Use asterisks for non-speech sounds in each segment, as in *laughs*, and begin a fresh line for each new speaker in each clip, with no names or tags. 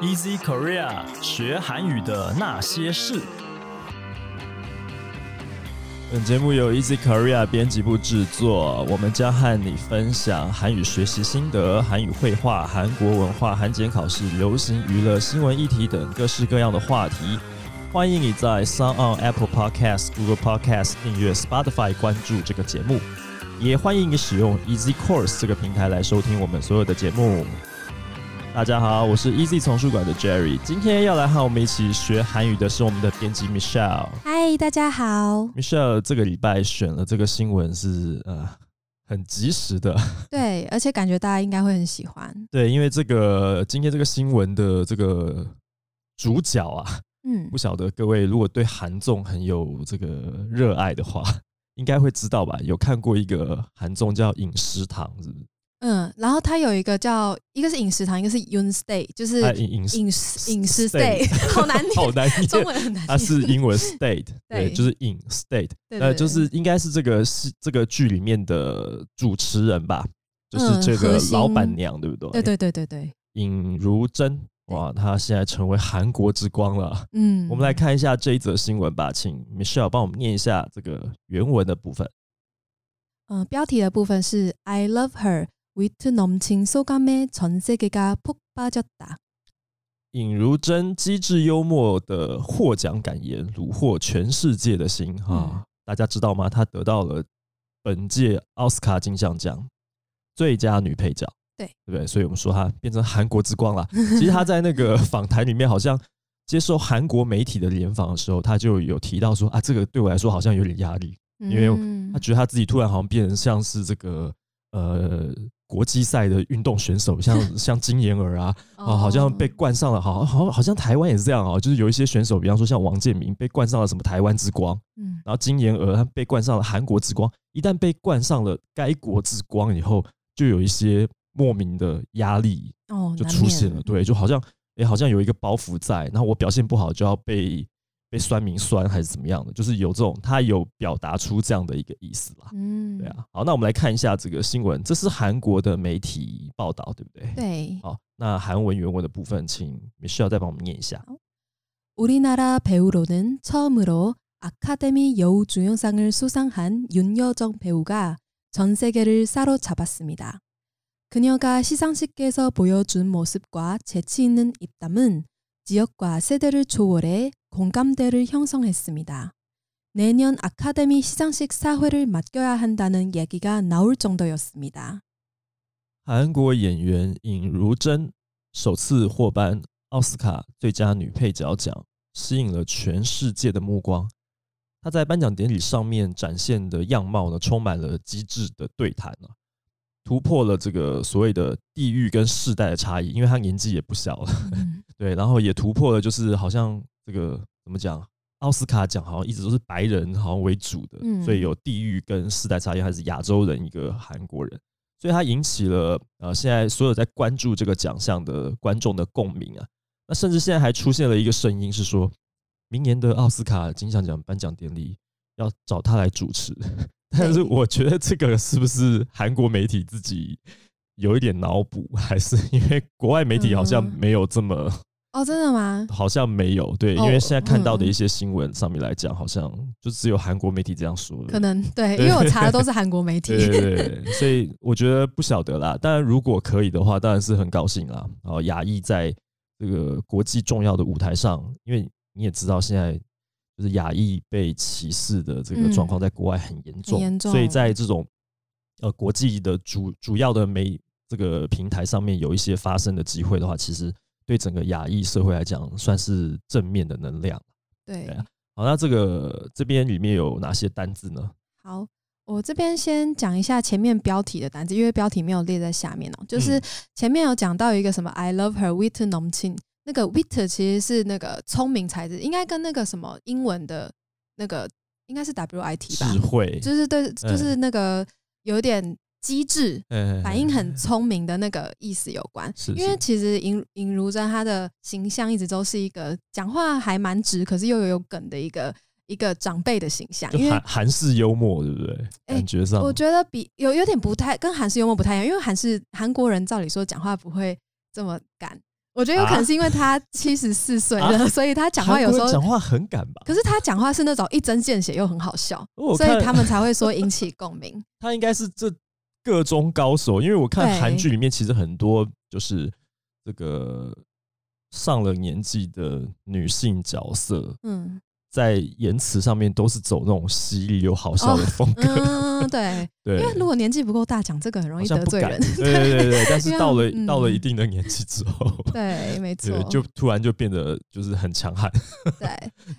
Easy Korea 学韩语的那些事。本节目由 Easy Korea 编辑部制作，我们将和你分享韩语学习心得、韩语绘画、韩国文化、韩检考试、流行娱乐、新闻议题等各式各样的话题。欢迎你在 Sound On、Apple Podcast、Google Podcast 订阅 Spotify 关注这个节目，也欢迎你使用 Easy Course 这个平台来收听我们所有的节目。大家好，我是 Easy 丛书馆的 Jerry，今天要来和我们一起学韩语的是我们的编辑 Michelle。
嗨，大家
*laughs*
好。
Michelle 这个礼拜选了这个新闻是呃很及时的， *laughs*
对，而且感觉大家应该会很喜欢。
对，因为这个今天这个新闻的这个主角啊，
嗯
不，晓得各位如果对韩综很有这个热爱的话，应该会知道吧？有看过一个韩综叫《饮食堂》，是不是？
嗯，然后它有一个叫，一个是饮食堂，一个是 Yun Stay，就是
啊饮饮食
饮食饮食
stay
Stay，好难
好
念，
难
中
念，
文很难念。
它是英文 state，对，
对
就是饮 state，
对
呃，
对，
就是应该是这个是这个剧里面的主持人吧，就是
嗯
这个
核心
老板娘，对不对？
对对对对对，
尹如珍，哇，她现在成为韩国之光了。
嗯，
我们来看一下这一则新闻吧，请 Michelle 帮我们念一下这个原文的部分。
呃，标题的部分是 I love her with 넘친 소감에 전 세계가 폭 빠졌다。
尹如珍机智幽默的获奖感言，虏获全世界的心哈、
嗯
大家知道吗？她得到了本届奥斯卡金像奖最佳女配角，
对
对不对？所以我们说她变成韩国之光
*laughs*
了。其实她在那个访谈里面，好像接受韩国媒体的联访的时候，她就有提到说啊，这个对我来说好像有点压力，因为
嗯
她觉得她自己突然好像变成像是这个呃国际赛的运动选手，
*laughs*
像像金妍儿啊，哦，好像被冠上了，好好好像台湾也是这样哦，就是有一些选手，比方说像王建民被冠上了什么台湾之光，
嗯
然后金妍儿她被冠上了韩国之光，一旦被冠上了该国之光以后，就有一些莫名的压力
哦
就
难
出
免
现了，对，啊就好像诶，好像有一个包袱在，然后我表现不好就要被被酸民酸还是怎么样的，就是有这种他有表达出这样的一个意思啦，
嗯
对啊，好，那我们来看一下这个新闻，这是韩国的媒体报道，对不对？
对。
好，那韩文原文的部分，请 Michelle 再帮我们念一下。
우리나라 배우로는 처음으로 아카데미 여우주연상을 수상한 윤여정 배우가 전 세계를 사로잡았습니다. 그녀가 시상식에서 보여준 모습과 재치 있는 입담은 지역과 세대를 초월해 공감대를 형성했습니다. 내년 아카데미 시상식 사회를 맡겨야 한다는 얘기가 나올 정도였습니다.
韩国演员尹如珍首次获颁奥斯卡最佳女配角奖，吸引了全世界的目光。她在颁奖典礼上面展现的样貌呢，充满了机智的对谈啊，突破了这个所谓的地域跟世代的差异，因为她年纪也不小了。 *laughs* 对，然后也突破了，就是好像这个怎么讲，奥斯卡奖好像一直都是白人好像为主的，
嗯
所以有地域跟世代差异，还是亚洲人一个韩国人，所以它引起了呃现在所有在关注这个奖项的观众的共鸣啊。那甚至现在还出现了一个声音是说，明年的奥斯卡金像奖颁奖典礼要找他来主
*laughs*
持，但是
对
我觉得这个是不是韩国媒体自己？有一点脑补，还是因为国外媒体好像
嗯
没有这么、
哦，真的吗？
好像没有，对，因
哦
为现在看到的
嗯
一些新闻上面来讲，好像就只有韩国媒体这样说
可
了。
能对，因为我查的都是韩国媒体。
对对对，对所以我觉得不晓得啦。当然，如果可以的话，当然是很高兴啦。然后亚裔在这个国际重要的舞台上，因为你也知道，现在就是亚裔被歧视的这个状况在国外很严重，
嗯很严重
所以在这种呃国际的主主要的媒这个平台上面有一些发声的机会的话，其实对整个亚裔社会来讲算是正面的能量。
对
对啊好，那这个这边里面有哪些单字呢？
好，我这边先讲一下前面标题的单字，因为标题没有列在下面哦、就是
嗯
前面有讲到一个什么 “I love her wit n o m c h i n 那个 wit 其实是那个聪明才智，应该跟那个什么英文的那个应该是 W I T 吧
智，慧，
就是对，就是那个有点机智。
嗯
反应很聪明的那个意思有关，
是
因为其实尹尹如珍她的形象一直都是一个讲话还蛮直，可是又有梗的一个一个长辈的形象，
就
因为
韩韩式幽默，对不对？
哎
感觉上，
我觉得比有有点不太跟韩式幽默不太一样，因为韩式韩国人照理说讲话不会这么敢，我觉得有可能是因为他七十四岁了，
啊
所以他讲话有
韩
时
国人
候
讲话很敢吧？
可是他讲话是那种一针见血又很好笑，
我
所
看
以他们才会说引起共
*laughs*
鸣。
他应该是这各中高手，因为我看
对
韩剧里面其实很多就是这个上了年纪的女性角色，
嗯
*laughs* 在言辞上面都是走那种犀利又好笑的风格，
哦嗯，对，
对，
因为如果年纪不够大，讲这个很容
好
易
像
得
不
罪
敢，
人。
对对对对，但是
因为
到了、
嗯
到了一定的年纪之后，
*laughs* 对， *laughs* 没错
对，，就突然就变得就是很强悍，
对。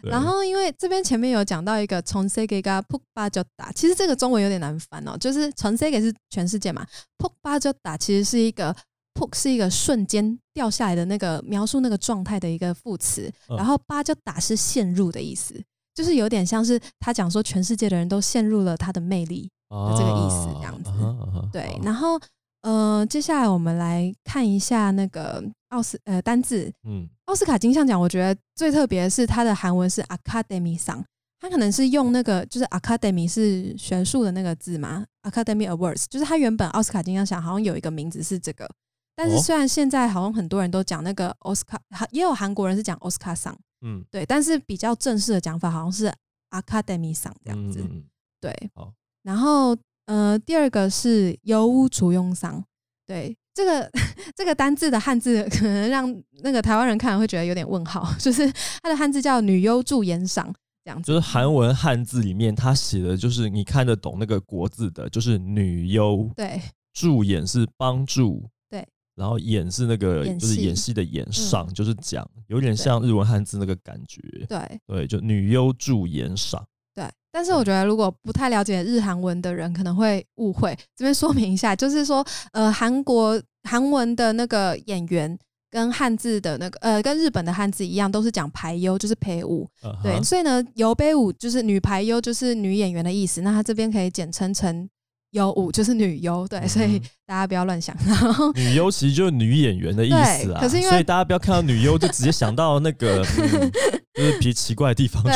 对
然后因为这边前面有讲到一个从 s e g e ga p u k b a 就打，其实这个中文有点难翻哦，就是从 s e g e 是全世界嘛 p u k b a 就打其实是一个 p u k 是一个瞬间掉下来的那个描述那个状态的一个副词，
嗯
然后八就打是陷入的意思。就是有点像是他讲说，全世界的人都陷入了他的魅力，
啊
这个意思这样子
啊哈啊哈
对
好，
然后呃，接下来我们来看一下那个奥斯呃单字
嗯
奥斯卡金像奖，我觉得最特别的是它的韩文是 Academy 上，它可能是用那个就是 Academy 是学术的那个字嘛，Academy Awards，就是它原本奥斯卡金像奖好像有一个名字是这个，但是
哦
虽然现在好像很多人都讲那个奥斯卡，也有韩国人是讲奥斯卡上，
嗯
对，但是比较正式的讲法好像是 Academy 上这样子，
嗯嗯嗯
对
好。
然后呃，第二个是油污除用商，对这个 *laughs* 这个单字的汉字可能让那个台湾人看了会觉得有点问号， *laughs* 就是它的汉字叫女优助盐商这样子，
就是韩文汉字里面，它写的就是你看得懂那个国字的，就是女优
对
助演是帮助，
对，
然后演是那个
演戏嗯
就是演戏的演赏，就是讲有点像日文汉字那个感觉，
对
对，就女优助演赏，
对。但是我觉得如果不太了解日韩文的人可能会误会，这边说明一下，就是说呃，韩国韩文的那个演员。跟汉字的那个呃，跟日本的汉字一样，都是讲排优，就是陪舞。
嗯
对，
哼
所以呢，游杯舞就是女排优，就是女演员的意思。那它这边可以简称成优舞，就是女优。对，
嗯哼哦
所以大家不要乱想。
*laughs*
然后
女优其实就是女演员的意思啊，
对可是因为
所以大家不要看到女优就直接想到那个，
*laughs*
嗯就是比奇怪的地方去。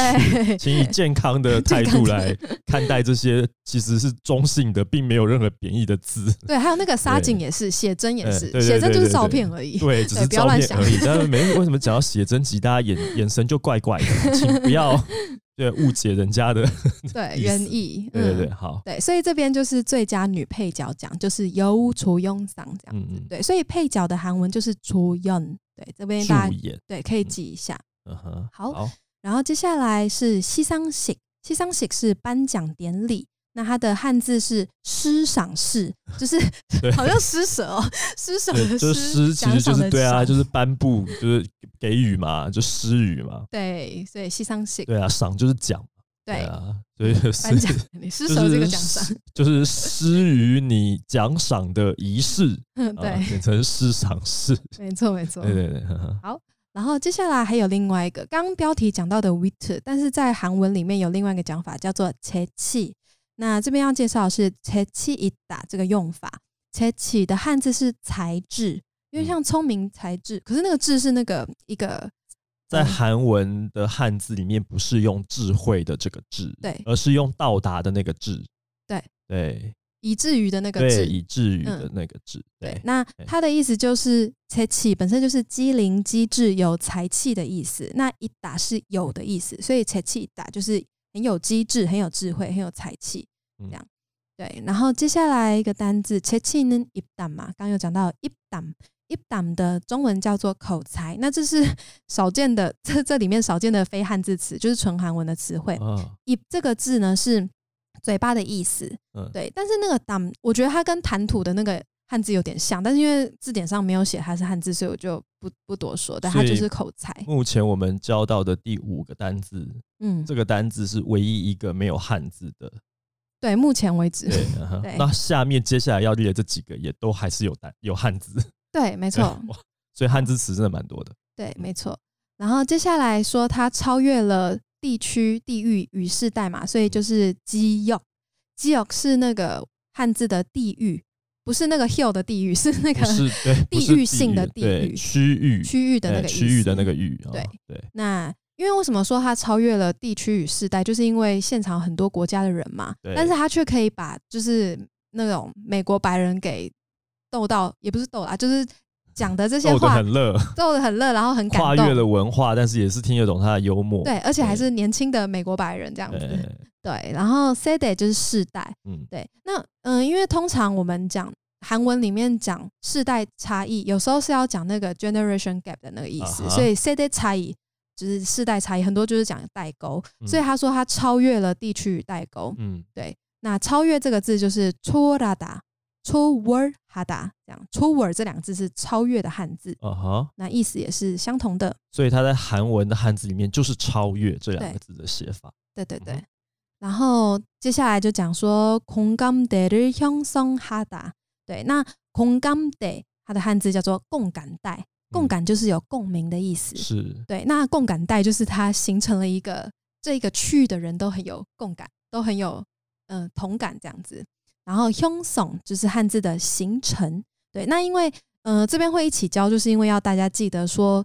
对， *laughs*
请以健康的态度来看待这些，其实是中性的，并没有任何贬义的字。
对，还有那个沙井也是，写真也
哎
是，
对对
写真就是
对对
照片而已。
对，只是
不要
照
乱
片
想
而已。但是没为什么讲到写真集，大家眼眼神就怪怪的，请不
*laughs*
要对误解人家的。
对，
意思
原意。
对对对，
嗯
好，
对，所以这边就是最佳女配角奖，就是优楚庸赏这样。
嗯嗯，
对，所以配角的韩文就是楚庸。对，这边大
助
家
演，
对可以记一下。
嗯哼，
好，然后接下来是西桑喜，西桑喜是颁奖典礼，那它的汉字是诗赏式，就是
对
好像施舍哦，施 *laughs* 舍
对，
的
就是诗，其
奖
实就
赏
是
的
对啊，
赏
就是颁布，就是给予嘛，就诗语嘛，
对，所以西桑喜
对啊，赏就是奖，对
对
啊，所以就是 *laughs*
颁奖典礼，施
就
舍这个
是
奖赏，
就是施于你奖赏的仪式，
嗯，
啊
对，
简称施赏式，
没错没
*laughs*
错
对。对对，呵呵
然后接下来还有另外一个，刚刚标题讲到的 wit，但是在韩文里面有另外一个讲法叫做切气。那这边要介绍的是切气一打这个用法。切气的汉字是才智，因为像聪明才智，可是那个智是那个一个
在
嗯
韩文的汉字里面不是用智慧的这个智，
对
而是用到达的那个智，
对
对
以至于的那个
对，
智。
以至于的
嗯
那个智，
对
对，
那它的意思就是切气本身就是机灵机智有才气的意思，那一打是有的意思，所以切气一打就是很有机智、很有智慧、很有才气。
嗯
这样。对，然后接下来一个单字，切气呢一담嘛，刚刚有讲到一담，一담的中文叫做口才，那这是 *laughs* 少见的，这这里面少见的非汉字词，就是纯韩文的词汇。
啊，
一这个字呢是嘴巴的意思，
嗯
对，但是那个담，我觉得它跟谈吐的那个汉字有点像，但是因为字典上没有写它是汉字，所以我就不不多说，但它
所
就
以
是口才，
目前我们教到的第五个单字，
嗯，
这个单字是唯一一个没有汉字
*laughs*
的，
对，目前为止，
对，嗯哼
对
那下面接下来要列的这几个也都还是有单有汉字，
对，没
对嗯
错，
*laughs* 哇所以汉字词真的蛮多的，
对，没错。然后接下来说它超越了地区、地域与世代嘛，所以
嗯
就是基yok。基yok是那个汉字的地域，不是那个 hill 的地域，是那
不
个
是对，不是
地域性的地
对
域
区域
区域的那
对
个意思
区域的那个。域，啊
对
对，
那因为为什么说它超越了地区与世代，就是因为现场很多国家的人嘛，
对
但是它却可以把就是那种美国白人给逗到，也不是逗啦，就是讲的这些
*laughs* 逗得
话
哦很乐，
逗得很乐，然后很感
跨越
动，
了文化，但是也是听得懂他的幽默。
对，而且还是年轻的美国白人这样
对，
子。对，然后 s e d e 就是世代，
嗯，
对，那嗯、呃因为通常我们讲韩文里面讲世代差异，有时候是要讲那个 generation gap 的那个意思，
啊哈
所以世代差异就是世代差异，很多就是讲代沟，
嗯
所以他说他超越了地区与代沟。
嗯，
那超越这个字就是초라다。초월하다这样，초월这两个字是超越的汉字，
啊哈，
那意思也是相同的。
所以他在韩文的汉字里面就是超越这两个字的写法。
对对对。
嗯哼
然后接下来就讲说공감대를형성하다。对，那공감대它的汉字叫做共感带，
嗯
共感就是有共鸣的意思。
是，
对，那共感带就是它形成了一个这个区域的人都很有共感，都很有嗯、呃同感这样子。然后형성就是汉字的形成。对，那因为呃这边会一起教，就是因为要大家记得说，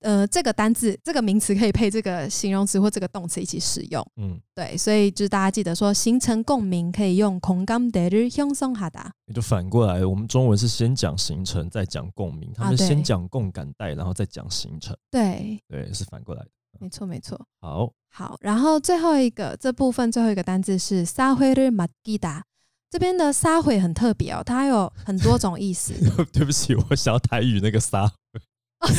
呃这个单字这个名词可以配这个形容词或这个动词一起使用。
嗯，
对，所以就是大家记得说，形成共鸣可以用공감대를형성하다。
也就反过来，我们中文是先讲形成，再讲共鸣，他们
啊对
先讲共感带，然后再讲形成，
对，
对，是反过来的。
没错没错。
好，
好，然后最后一个这部分最后一个单字是撒灰日马吉达。这边的撒灰很特别哦，它有很多种意思。
对不起，我想要台语那个撒
*laughs*
回，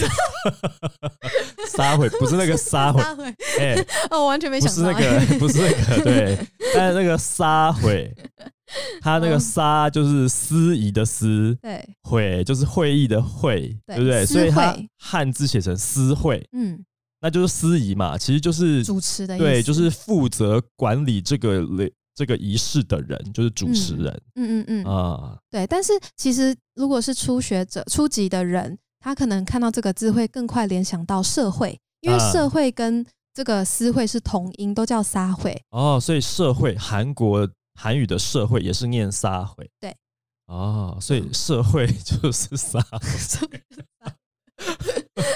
撒回不是 *laughs* 那个撒回，
撒灰
哎、
哦，我完全没
不
想
是
到。
那个， *laughs* 不是那个，对，
*laughs*
但是那个撒毁，他那个
嗯
撒就是司仪的司，
对，
会就是会议的会，
对
对不对？
私
所以他
会
汉字写成私会，
嗯，
那就是司仪嘛，其实就是
主持的意思。
对，就是负责管理这个类这个仪式的人，就是主持人
嗯嗯嗯，
啊。
对。但是其实如果是初学者、初级的人，他可能看到这个字会更快联想到社会，因为
啊
社会跟这个私会是同音，都叫撒会。 *laughs*
哦，所以社会韩国韩语的社会也是念撒会，
对。
哦，所以社会 *laughs* 就是撒会，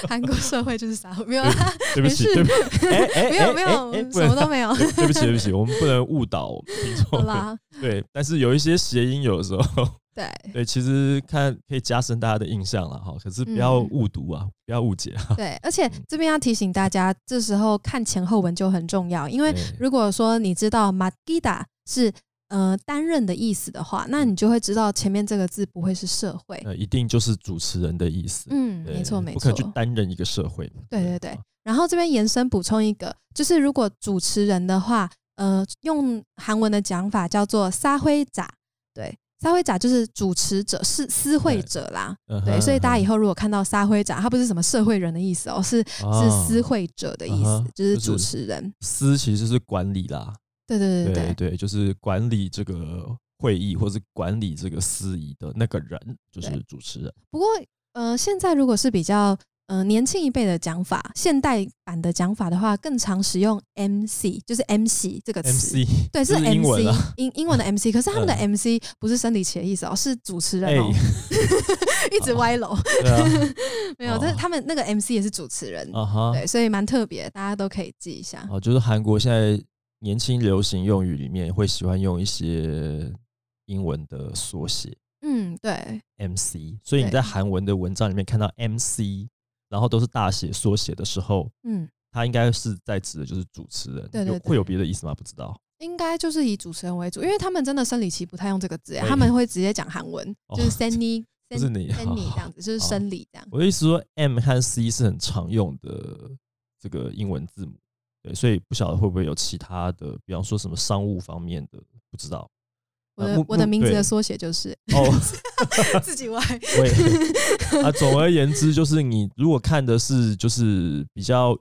韩国社会 *laughs* 就是撒会，没有
对
啦，
对不起，
没事
对不起，
*laughs*
哎哎，
没有
哎
没
哎
有
哎，不
什么
能
都没有。
对对不起，对不起，我们不能误导我们听
好
众。
啦，
对，但是有一些谐音，有的时候， *laughs*
对
对，其实看可以加深大家的印象了哈。可是不要
嗯
误读啊，不要误解啊。
对，而且这边要提醒大家，这时候看前后文就很重要，因为
对
如果说你知道 “magida” 是呃担任的意思的话，那
嗯
你就会知道前面这个字不会是社会。
呃，一定就是主持人的意思。
嗯，
对
没错没
不可
错
能。去担任一个社会嘛。
对对对
啊
然后这边延伸补充一个，就是如果主持人的话，呃，用韩文的讲法叫做“撒灰giả”，对，“撒灰假”就是主持者是私会
对
者啦。
嗯
对，
哼
所以大家以
嗯
后如果看到撒灰长，他不是什么社会人的意思哦，是
哼
是
啊
私会者的
啊
意思
哈，
就是
就是
主持人。
司其实是管理啦，
对对对
对
对
对，就是管理这个会议或是管理这个司仪的那个人，就是
对
主持人。
不过，呃，现在如果是比较呃年轻一辈的讲法，现代版的讲法的话，更常使用 MC，就是 MC 这个词。
MC
对，
这是英
MC
文啊。
英英文的 MC，可是他们的
嗯
MC 不是生理期的意思哦，是主持
哎
人哦，，一直歪楼，
*laughs*
*laughs*
对啊，
没有，
哎哦
但是他们那个 MC 也是主持人，
啊哈，
对，所以蛮特别，大家都可以记一下。
哦，就是韩国现在年轻流行用语里面会喜欢用一些英文的缩写
嗯，对，
MC，所以你
对
在韩文的文章里面看到 MC，然后都是大写缩写的时候，
嗯，
它应该是在指的就是主持人，
对对
有
对
会有别的意思吗？不知道，
应该就是以主持人为主，因为他们真的生理期不太用这个字，
哎
他们会直接讲韩文，
哦
就是生理
*laughs* 不是
生
你，哦
生理
好
这样子，就是
好
生理这样。
*laughs* 我的意思说，M 和 C 是很常用的这个英文字母，对，所以不晓得会不会有其他的，比方说什么商务方面的，不知道。
我
呃
的
目
我的
目
名字
对
的缩写就是
*laughs*
*laughs*
哦，
自己歪。 *laughs*
对。啊，总而言之，就是你如果看的是就是比较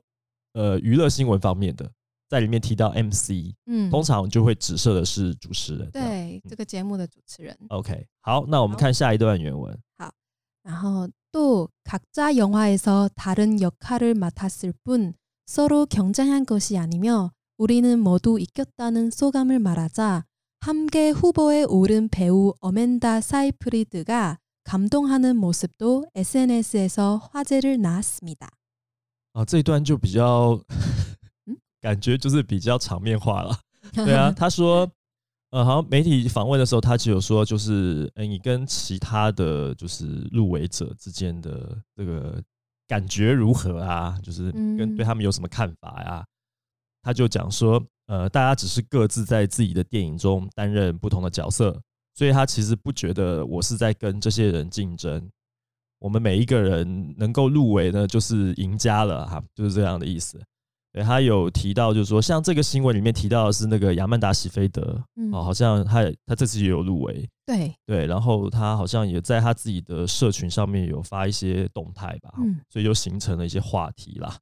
呃娱乐新闻方面的，在里面提到 MC，
嗯，
通常就会指涉的是主持人。这样
对这个节目的主持人。
OK，好，那我们看下一段原文。
然后또 각자 영화에서 다른 역할을 맡았을 뿐 서로 경쟁한 것이 아니며 우리는 모두 이겼다는 소감을 말하자 함께 후보에 오른 배우 어멘다 사이프리드가 감동하는 모습도 SNS에서 화제를 낳았습니다.
啊，这一段就比较
嗯
*laughs*
*laughs*
感觉就是比较场面化了。对啊，他说，呃，好像媒体访问的时候，他就有说，就是呃，你跟其他的就是入围者之间的这个感觉如何啊？就是跟
嗯
对他们有什么看法呀、他就讲说，呃，大家只是各自在自己的电影中担任不同的角色，所以他其实不觉得我是在跟这些人竞争。我们每一个人能够入围呢，就是赢家了哈，就是这样的意思。对他有提到，就是说，像这个新闻里面提到的是那个亚曼达·喜菲德，
嗯
哦，好像他也他这次也有入围，
对，
对，然后他好像也在他自己的社群上面有发一些动态吧，哦
嗯
所以就形成了一些话题啦，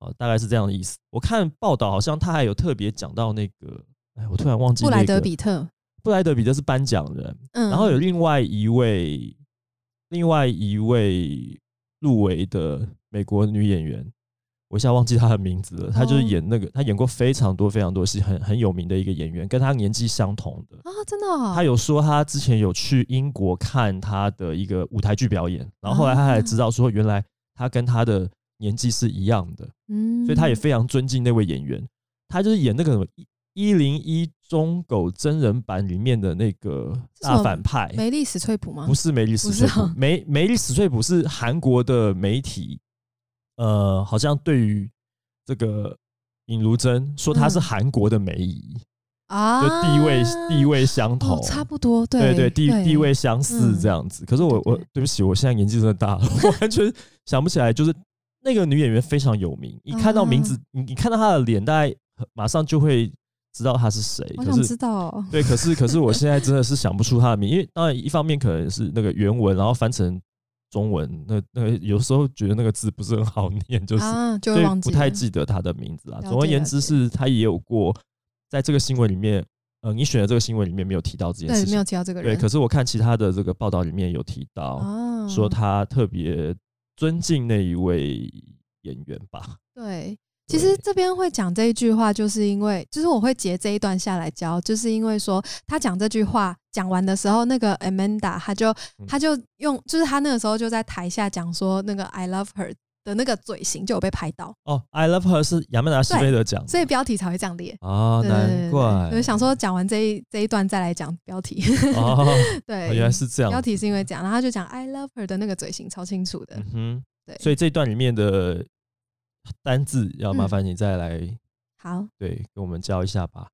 哦，大概是这样的意思。我看报道好像他还有特别讲到那个，哎，我突然忘记、
布
那个、
莱德比特，
布莱德比特是颁奖人，
嗯，
然后有另外一位，另外一位入围的美国女演员，我一下忘记她的名字了。她就是
哦
演那个，她演过非常多非常多戏，很很有名的一个演员，跟她年纪相同的。
啊，真的哦，
她有说她之前有去英国看她的一个舞台剧表演，然后后来她
嗯
才知道说，原来她跟她的年纪是一样的，
嗯，
所以她也非常尊敬那位演员。她就是演那个什么一一零一忠狗真人版里面的那个
是什
大
么
反派，
梅丽史翠普吗？
不是梅丽史
不是
翠普
啊，
梅梅丽史翠普是韩国的媒体，呃，好像对于这个尹如珍说她是
嗯
韩国的梅姨，
啊，
就地位地位相同
哦，，差不多，
对
对
地地
아,
位相似
嗯
这样子。可是我
对
我
对
对不起，我现在年纪真的大了，我完全想不起来，就是那个女演员非常有名，一看到名
哦
字，你你看到她的脸，大概马上就会知道她是谁。
我
可
想
是
知道哦，
对，可是可是我现在真的是想不出他的名，因为当然一方面可能是那个原文，然后翻成中文，那那个有时候觉得那个字不是很好念，就是、
啊，就
所
会忘
以
记
不
了，
太记得他的名字啦。
了
总而
解
言
了
之
解
是，他也有过在这个新闻里面，呃，你选的这个新闻里面没有提到这件
对
事，
没
情，
有提到这个
对
人，
可是我看其他的这个报道里面有提到，
啊，
说他特别尊敬那一位演员吧。
对。 *laughs* 其实这边会讲这一句话，就是因为，就是我会截这一段下来教，就是因为说他讲这句话讲完的时候，那个 Amanda 他就
嗯
他就用，就是他那个时候就在台下讲说那个 I love her 的那个嘴型就有被拍到，
哦，I love her 是亚曼达·史
对
菲德奖
所以标题才会这样列。
啊，
对
难怪，
就是想说讲完这一这一段再来讲标题。
哦，
*laughs* 对，
原来是这样
标。题是因为这样，然后他就讲 I love her 的那个嘴型超清楚的。
嗯哼，
对
所以这段里面的单字要麻
嗯
烦你再来、
好
对给我们教一下吧。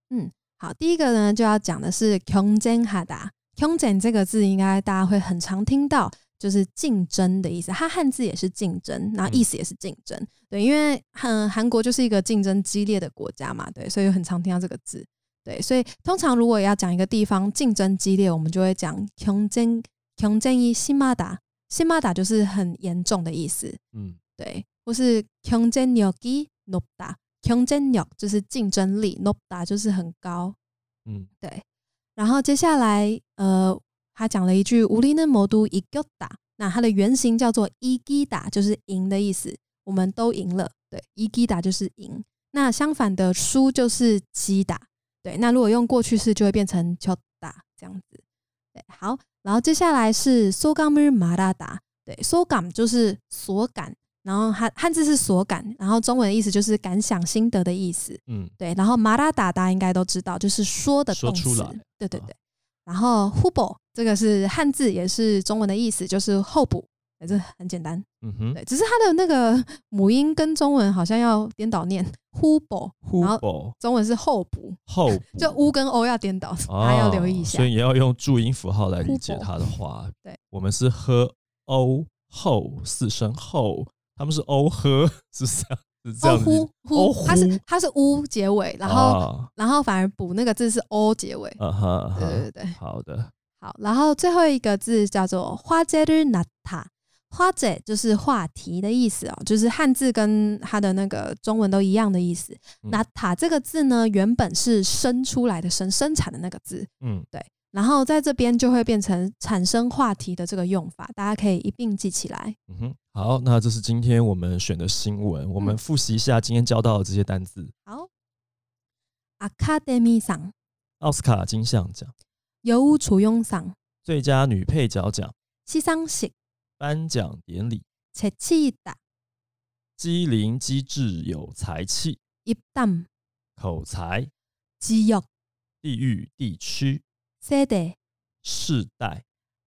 好，第一个呢就要讲的是 k y o n g j e n h a d a k y o n g j e n 这个字应该大家会很常听到，就是竞争的意思。它汉字也是竞争，然后意思也是竞争。对，因为嗯韩国就是一个竞争激烈的国家嘛，对，所以很常听到这个字。对，所以通常如果要讲一个地方竞争激烈，我们就会讲 k y o n g j e n k y o n g j e n 이 심하다，심하다就是很严重的意思。
嗯，
对，或是경쟁력이높다，경쟁력就是竞争力，높다就是很高。
嗯，
然后接下来，呃，他讲了一句“우리는모두이겼다”，那它的原型叫做“이기다”，就是赢的意思。我们都赢了，对，“이기다”就是赢。那相反的输就是“击打”，对。那如果用过去式，就会变成“졌다”这样子。对，好。然后接下来是“소감을말하다”，对，“소감”就是所感，然后汉汉字是所感，然后中文的意思就是感想心得的意思。
嗯，
对，然后马拉达大家应该都知道，就是说的
说
动词，
出来
对对
啊
对。然后 hubo 这个是汉字，也是中文的意思，就是候补，对这很简单。
嗯哼
对，只是它的那个母音跟中文好像要颠倒念 hubo，然后
，hubo
中文是候补，
后
就 u 跟 o 要颠倒，大家要留意一
哦
下
所以。你要用注音符号来理解
hubo
它的话，
对，
我们是喝欧后四声后，他们是欧喝，是这样，是这
哦
样子。
呼
哦
呼，它是
呼
它是 u 结尾，然后
啊，
然后反而补那个字是 o 结尾。
嗯哼，嗯哼
对对对对。
好的，
好，然后最后一个字叫做花제를낳다，花제就是话题的意思哦，就是汉字跟它的那个中文都一样的意思。
嗯
낳다这个字呢，原本是生出来的生生产的那个字，
嗯，
然后在这边就会变成产生话题的这个用法，大家可以一并记起来。
嗯哼，好，那这是今天我们选的新闻，我们
嗯
复习一下今天教到的这些单字。
好，아카데미상、
奥斯卡金像奖
여우조연상、
最佳女配角奖
시상식、
颁奖典礼，
재치있다、
机灵机智有才气，
입담、
口才
지역、
地域地区
세대
世代、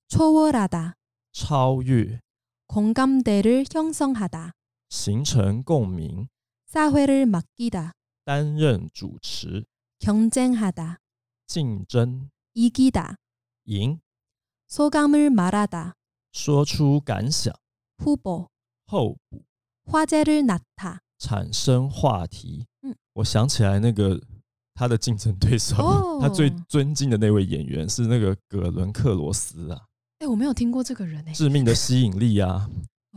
초월하다
超越、
공감대를형성하다
形成共鸣、
사회를맡기다
担任主持、
경쟁하다
竞争、
이기다
赢、
소감을말하다
说出感想、
후보
候补、
화제를낳다
产生话题。
嗯
我想起来那个他的竞争对手，
哦
*laughs* 他最尊敬的那位演员是那个葛伦克罗斯啊，
哎、我没有听过这个人哎、
《致命的吸引力》
*laughs*
啊，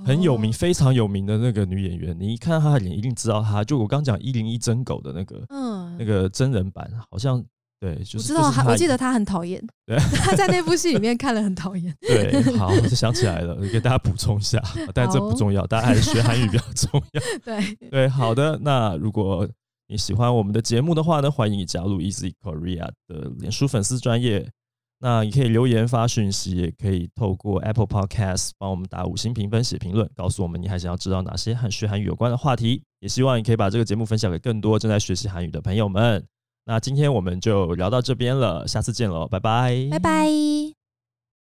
很有名、
哦。
非常有名的那个女演员，你一看她的脸一定知道她。就我刚讲一零一真狗的那个
嗯，
那个真人版，好像对，就是
我知道，
就是
他
她
我记得他很讨厌， *laughs*
对
他在那部戏里面看了很讨厌。
对。好，我就想起来了，给大家补充一下，但这不重要，大家还是学韩语比较重要。
对， *laughs*
对，好的。那如果你喜欢我们的节目的话呢，欢迎你加入 Easy Korea 的脸书粉丝专业。那你可以留言发讯息，也可以透过 Apple Podcast 帮我们打五星评分、写评论，告诉我们你还想要知道哪些和学韩语有关的话题。也希望你可以把这个节目分享给更多正在学习韩语的朋友们。那今天我们就聊到这边了，下次见喽，拜拜，
拜拜。